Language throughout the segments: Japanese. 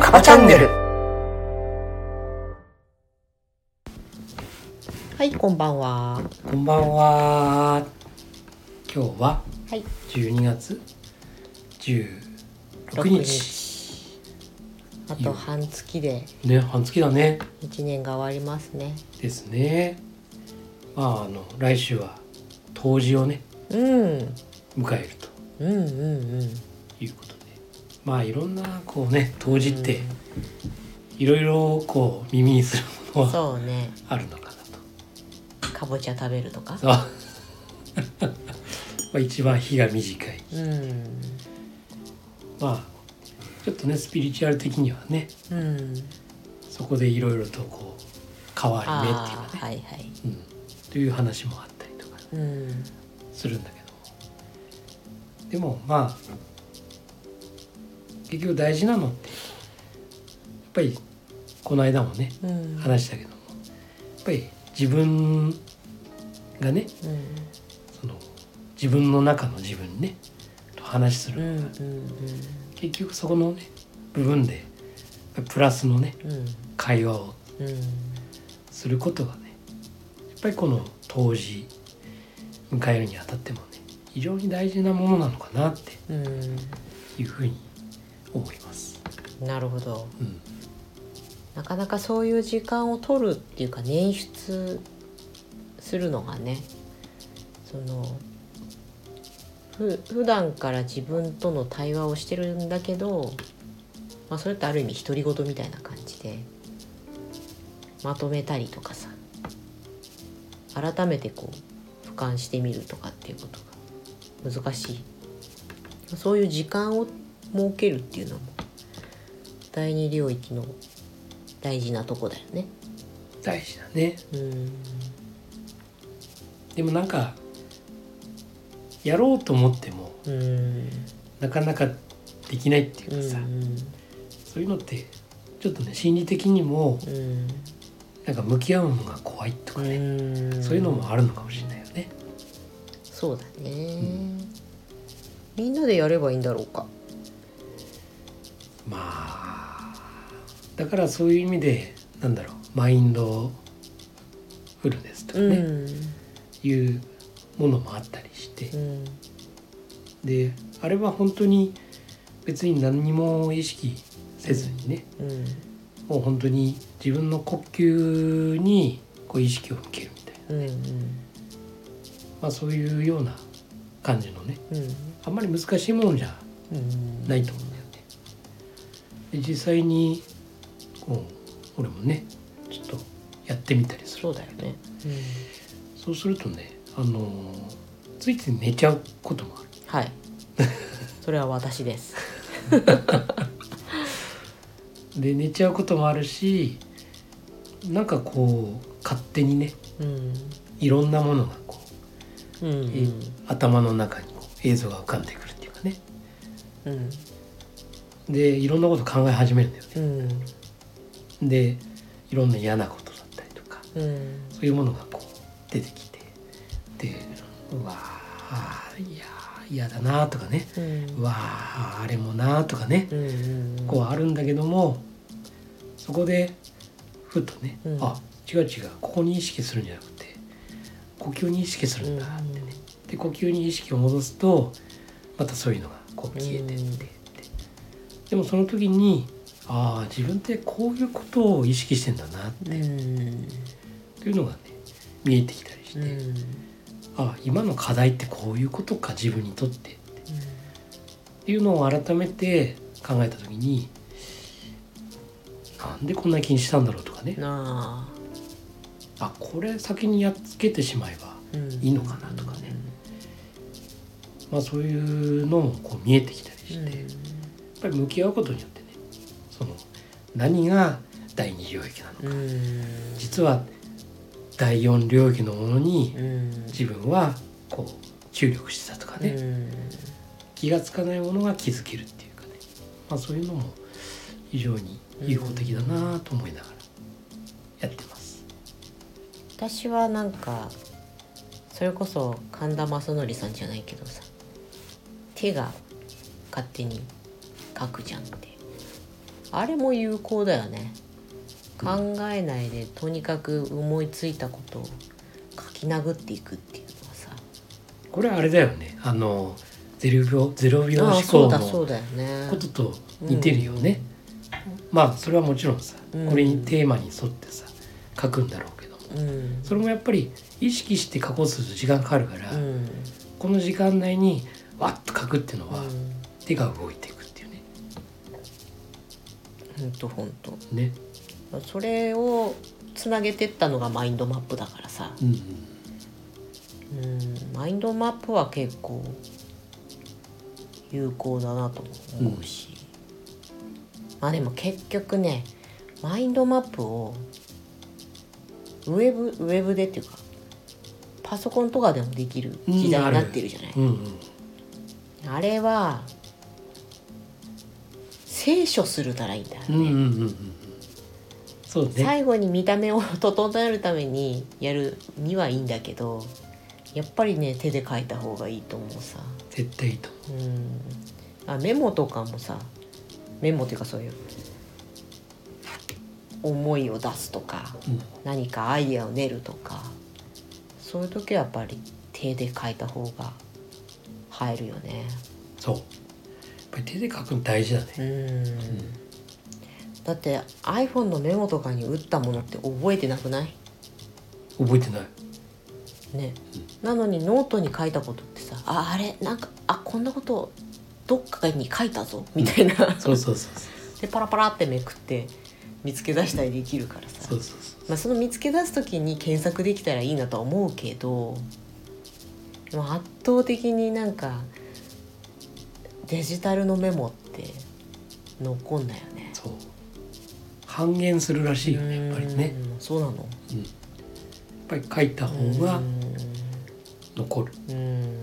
カバチャンネルはい、こんばんは。こんばんは今日ははい、 12月16 6日日あと半月でね半月だね一年が終わりますね。ですねまああの来週は冬至をねうん、迎えるとうん、うん、うん。いうことでまあいろんなこうね冬至っていろいろこう耳にするものはそうね、あるのかなかぼちゃ食べるとかと。そう まあ一番日が短いうん、まあちょっとねスピリチュアル的にはねうん。そこでいろいろとこう変わり目っていうあかあ、ね、はい、はい。うん、という話もあったりとかうん、するんだけどでもまあ結局大事なのってやっぱりこの間もねうん、話したけどもやっぱり自分がねうん、その自分の中の自分にねと話すうる、ん、うん、結局そこのね部分でプラスのねうん、うん、会話をうん、することがねやっぱりこの当時迎えるにあたってもね非常に大事なものなのかなっていうふうに思います。うん。なるほど。うん、なかなかそういう時間を取るっていうか捻出するのがねそのふ普段から自分との対話をしてるんだけど、まあ、それってある意味独り言みたいな感じでまとめたりとかさ改めてこう俯瞰してみるとかっていうことが難しいそういう時間を設けるっていうのも第二領域の大事なとこだよね。大事だねうん。でもなんかやろうと思ってもうん。なかなかできないっていううかさ、ん。そういうのってちょっとね心理的にもうん。なんか向き合うのが怖いとかね、んそういうの。もあるのかもしれないよね。そうだね、みんなでやればいいんだろうか。まあだからそういう意味でなんだろうマインドフルネスとかね、うん。いうものもあったりしてうん。であれは本当に別に何にも意識せずにねうん。もう本当に自分の呼吸にこう意識を向けるみたいな、うん。まあ、そういうような感じのねうん。あんまり難しいものじゃうん。ないと思うんだよね。で実際にこう俺もねちょっとやってみたりするそうだよね。うん。そうするとねあのーついつい寝ちゃうこともあるはい。それは私です。で寝ちゃうこともあるしなんかこう勝手にねうん。いろんなものがこうう、えん。頭の中にこう映像が浮かんでくるっていうかねうん。でいろんなこと考え始めるんだよねうん。でいろんな嫌なことだったりとかうん。そういうものがこう出てきてでうわあいやー嫌だなとかねうんう。わああれもなとかねうん。こうあるんだけどもそこでふっとね、うんあ違う違うここに意識するんじゃなくて呼吸に意識するんだってね、で呼吸に意識を戻すとまたそういうのがこう消えてって、うんってでもその時にああ自分ってこういうことを意識してんだなっうん。うん。ていうのがね見えてきたりして、ああ今の課題ってこういうことか自分にとってっていうのを改めて考えた時になんでこんな気にしたんだろうとかねなあ。あこれ先にやっつけてしまえば、いいいのかなとかねまあ、そういうのもこう見えてきたりして、やっぱり向き合うことによってねその何が第二領域なのか、うんうん実は第四領域のものにうん自分はこう注力してたとかね、気がつかないものが気づけるっていうかね、まあ、そういうのも非常に有効的だなと思いながら、うやってます私はなんかそれこそ神田正則さんじゃないけどさ手が勝手に書くじゃんってあれも有効だよね考えないでとにかく思いついたことを書き殴っていくっていうのはさこれあれだよねあのゼロ秒ゼロ秒あ思あそ考うだそうのだよねことと似てるよね、まあそれはもちろんさうんこれにテーマに沿ってさ書くんだろうけどもうんそれもやっぱり意識して書こうとすると時間かかるから、うんこの時間内にわっと書くっていうのはうん手が動いていくっていうねほんとほんとね、それをつなげてったのがマインドマップだからさうんうん、うんマインドマップは結構有効だなと思うし、まあでも結局ねマインドマップをウェブウェブでっていうかパソコンとかでもできる時代になってるじゃない、うんうんあれは聖書するならいいんだよね、うんうんうんうんうんそうね最後に見た目を整えるためにやるにはいいんだけどやっぱりね手で書いた方がいいと思うさ絶対いいとうんあメモとかもさメモっていうかそういう思いを出すとか思う、何かアイデアを練るとかそういう時はやっぱり手で書いた方が入るよねうん、そうやっぱり手で書くの大事だねうんだって iPhone のメモとかに打ったものって覚えてなくない覚えてないね、なのにノートに書いたことってさああれなんかあこんなことどっかに書いたぞみたいな、そうそうそうそでパラパラってめくって見つけ出したりできるからさうそうそうそうまあ、その見つけ出す時に検索できたらいいなとは思うけどでも圧倒的になんかデジタルのメモって残んだよね。そう半減するらしいよねやっぱりねうんそうなのやっぱり書いた方が残るうーん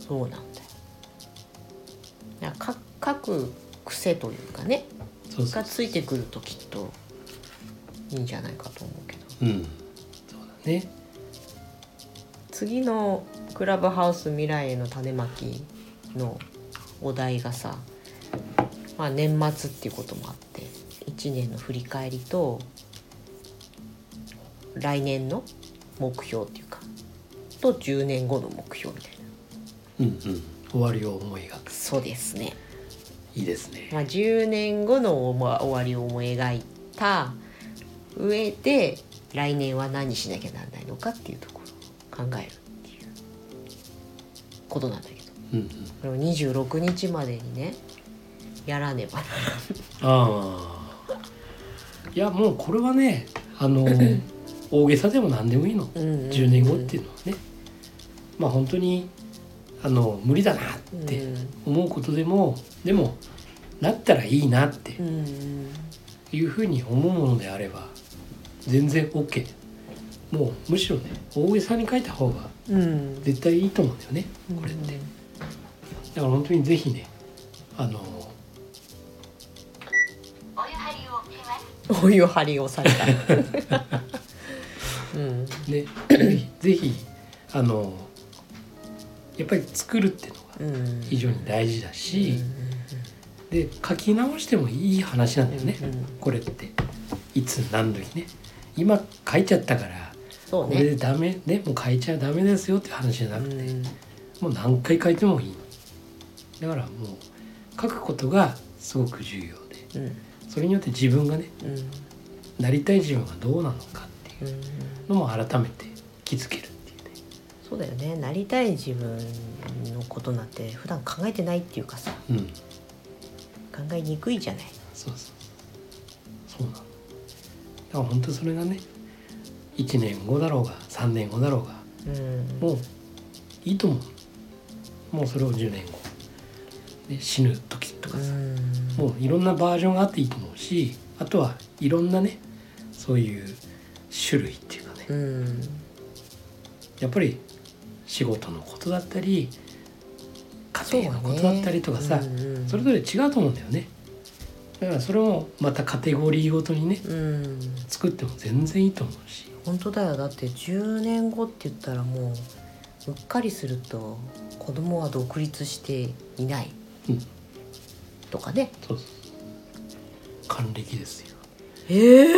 そうなんだよいやか書く癖というかねそうそがうついてくるときっといいんじゃないかと思うけどうんそうだね次の「クラブハウス未来への種まき」のお題がさ、まあ、年末っていうこともあって1年の振り返りと来年の目標っていうかと10年後の目標みたいなうんうん終わりを思いがそうですねいいですねまあ、10年後の思わ終わりを思い描いた上で来年は何しなきゃなんないのかっていうところを考えるっていうことなんだけどうんうんこれを26日までにねやら ねばなああいやもうこれはねあ の大げさでも何でもいいのらん10年後っていうのはねまあ本当にあの無理だなって思うことでもでもなったらいいなってうんうんいうふうに思うものであれば全然 OK もうむしろね大げさに書いた方がうん絶対いいと思うんだよねこれってだから本当にぜひねあのお湯張りをします。お湯張りをされた うんね ぜひぜひあのやっぱり作るっていうのがうん非常に大事だし、うんで書き直してもいい話なんだよね、うんこれっていつ何時ね今書いちゃったからそうこれでねダメねもう書いちゃダメですよっていう話じゃなくて、うんもう何回書いてもいいだからもう書くことがすごく重要うでんそれによって自分がねうんなりたい自分がどうなのかっていううんのも改めて気づけるっていうねそうだよねなりたい自分のことなんて普段考えてないっていうかさうん考えにくいじゃないそうそうそうなのだから本当それがね1年後だろうが3年後だろうがうんもういいと思うもうそれを10年後で死ぬ時とかうさ、んもういろんなバージョンがあっていいと思うしあとはいろんなねそういう種類っていうかね、うんやっぱり仕事のことだったり家庭のことだったりとかさそ,、うんうんれぞれ違うと思うんだよねだからそれもまたカテゴリーごとにねうん作っても全然いいと思うし本当だよだって10年後って言ったらもううっかりすると子供は独立していないうんとかねそうそう還暦ですよええ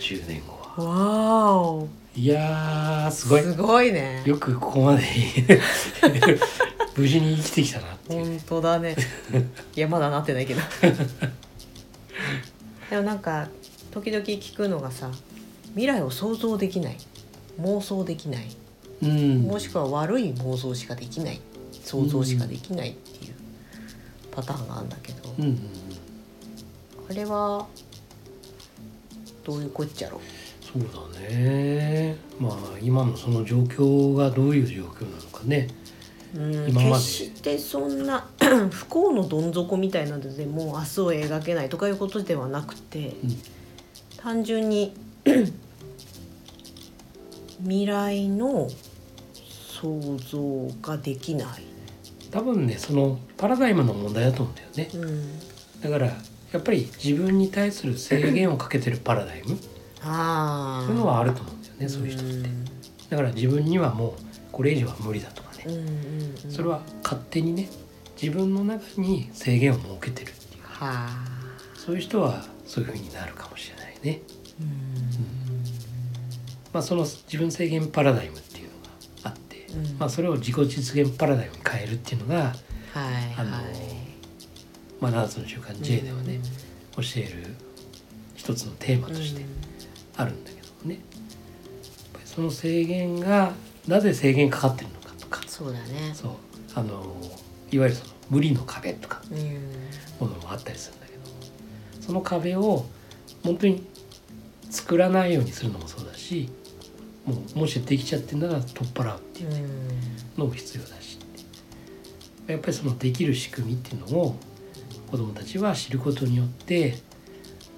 10年後はわおいやーすごいすごいねよくここまで無事に生きてきたなっていう本当だ ねいやまだなってないけどでもなんか時々聞くのがさ未来を想像できない妄想できないうんもしくは悪い妄想しかできない想像しかできないっていうパターンがあるんだけど、うんうんうんあれはどういうこっちゃろそうだねまあ今のその状況がどういう状況なのかねう、うん、今まで決してそんな 不幸のどん底みたいなのでもう明日を描けないとかいうことではなくて、うん単純に 未来の想像ができない。多分ねそのパラダイムの問題だと思うんだよねうん、だからやっぱり自分に対する制限をかけてるパラダイムってああいうのはあると思うんだよねそういう人ってだから自分にはもうこれ以上は無理だとかうねんうんうん、それは勝手にね自分の中に制限を設けてるっていうはあ、そういう人はそういう風になるかもしれないねうんまあその自分制限パラダイムっていうのがあって、うんまあそれを自己実現パラダイムに変えるっていうのが、はいあのはいまあ、7つの習慣 J ではね、教える一つのテーマうんとしてあるんだけどもね、やっぱりその制限がなぜ制限かかってるのかとかそうだねそうあのいわゆるその無理の壁とかうんものもあったりするんだけどその壁を本当に作らないようにするのもそうだしもうもしできちゃってんなら取っ払うっていうのも必要だしやっぱりそのできる仕組みっていうのを子どもたちは知ることによって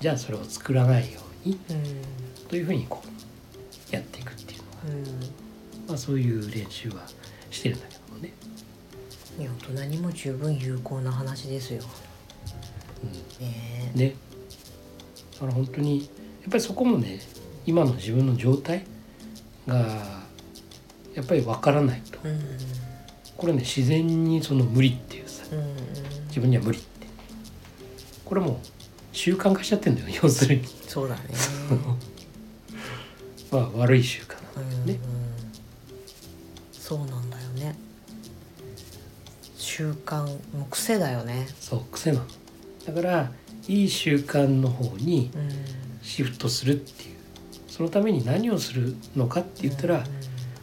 じゃあそれを作らないようにうんうんというふうにこうやっていくっていうのが、うまあ、そういう練習はしてるんだけどもね。んいや大人にも十分有効な話ですようんねねだから本当にやっぱりそこもね今の自分の状態がやっぱりわからないとうんこれね自然にその無理っていうさうんうん自分には無理ってこれもう習慣化しちゃってんだよね要 するにそうだねまあ悪い習慣なうんだよんうんねそうなんだよね習慣もう癖だよねそう癖なのだからいい習慣の方にうんシフトするっていうそのために何をするのかって言ったら、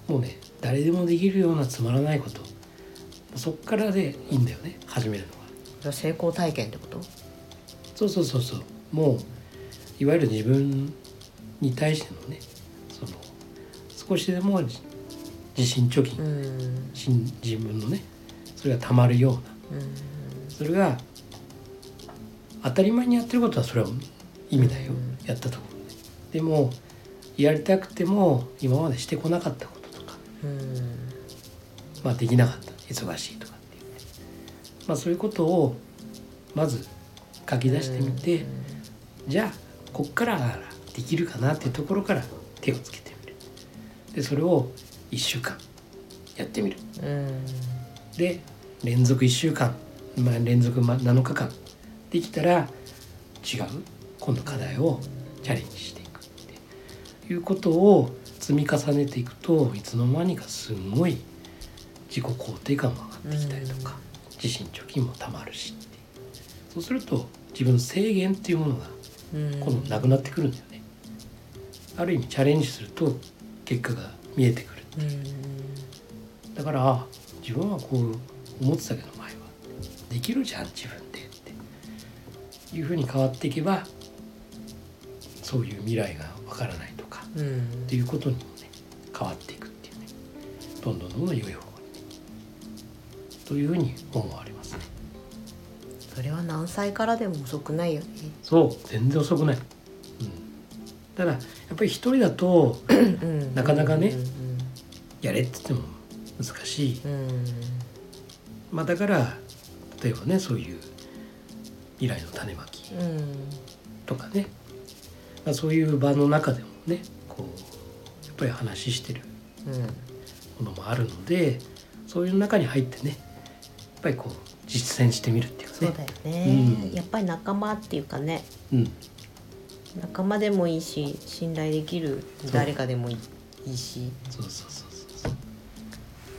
もうね誰でもできるようなつまらないことそっからでいいんだよね始めるのはうん成功体験ってことそうそうそうそうもういわゆる自分に対してのねその少しでもじ自信貯う金んしん自分のねそれがたまるようなうんそれが当たり前にやってることはそれは意味ないようんやったところででもやりたくても今までしてこなかったこととかうんまあ、できなかった忙しいとかっていうね、まあ、そういうことをまず書き出してみて、じゃあこっからならできるかなっていうところから手をつけてみるでそれを1週間やってみるうんで連続1週間、まあ、連続ま7日間できたら違う今度課題をチャレンジしていくっていうことを積み重ねていくといつの間にかすんごい自己肯定感も上がってきたりとか、自信貯金もたまるしっていうそうすると自分の制限っていうものがうん今度なくなってくるんだよね。ある意味チャレンジすると結果が見えてくるうんだからあ自分はこう思ってたけど前はできるじゃん自分でっていうふうに変わっていけばそういう未来がわからないとかうんっていうことにもね変わっていくっていうねどんどんどんどん良い方にねというふうに思われますねそれは何歳からでも遅くないよねそう全然遅くない、うん、ただやっぱり一人だとなかなかねやれって言っても難しいうんうんまあ、だから例えばねそういう未来の種まきうんとかね、まあ、そういう場の中でもねこうやっぱり話してるうんものもあるのでそういう中に入ってねやっぱりこう実践してみるっていうかそうねだよね、うんやっぱり仲間っていうかねうん、仲間でもいいし信頼できる誰かでもいいいいしそうそうそうそうそ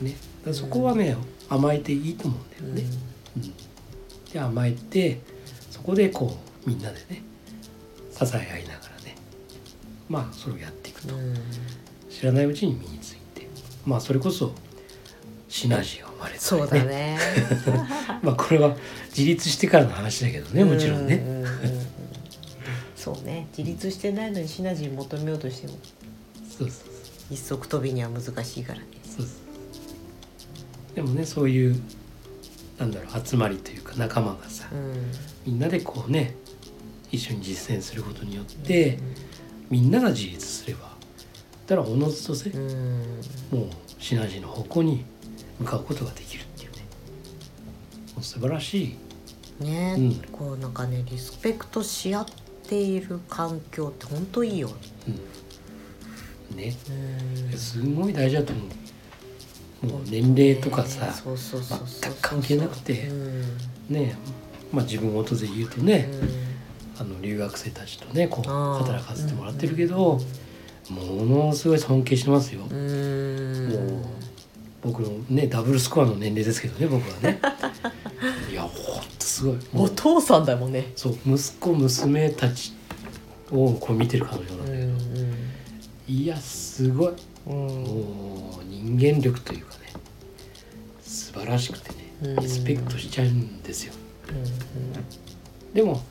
うねだからそこはね、甘えていいと思うんだよね、うん、で甘えてそこでこうみんなでね支え合いながらねまあそれをやっていくうとん知らないうちに身についてまあそれこそシナジーが生まれたりねそうだねまあこれは自立してからの話だけどねもちろんね、うううんうんそうね自立してないのにシナジー求めようとしてもそうそうそう一足飛びには難しいからねそうそうでもねそういうなんだろう集まりというか仲間がさ、うんみんなでこうね一緒に実践することによって、みんなが自立すればだからおのずとせ、うんもうシナジーの方向に向かうことができるっていうねもう素晴らしいね、うんこうなんかねリスペクトし合っている環境って本当いいよ、ねうんすごい大事だと思うもう年齢とかさねそうそうそうそう全く関係なくてうんねまあ自分ごとで言うとうね、んあの留学生たちとねこうあー働かせてもらってるけど、ものすごい尊敬してますよ、うもうん僕のねダブルスコアの年齢ですけどね僕は ねいやほんとすごいもおう父さんだもんねそう息子娘たちをこう見てるかのような、うんいやすごいうんもう人間力というかね素晴らしくてうんねリスペクトしちゃうんですよでも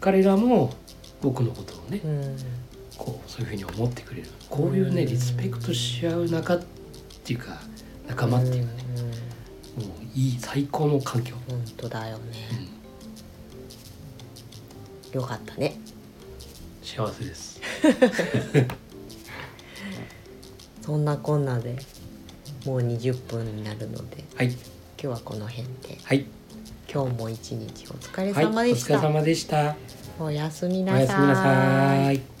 彼らも僕のことをねうんうんこうそういうふうに思ってくれるこういうねうんリスペクトし合う仲っていうか仲間っていうかねうんもういい最高の環境、本当だようねん、よかったね幸せですそんなこんなでもう20分になるのではい今日はこの辺ではい今日も一日お疲れはいお様でし疲た、れ様でしたおやすみおなさやすみなさーい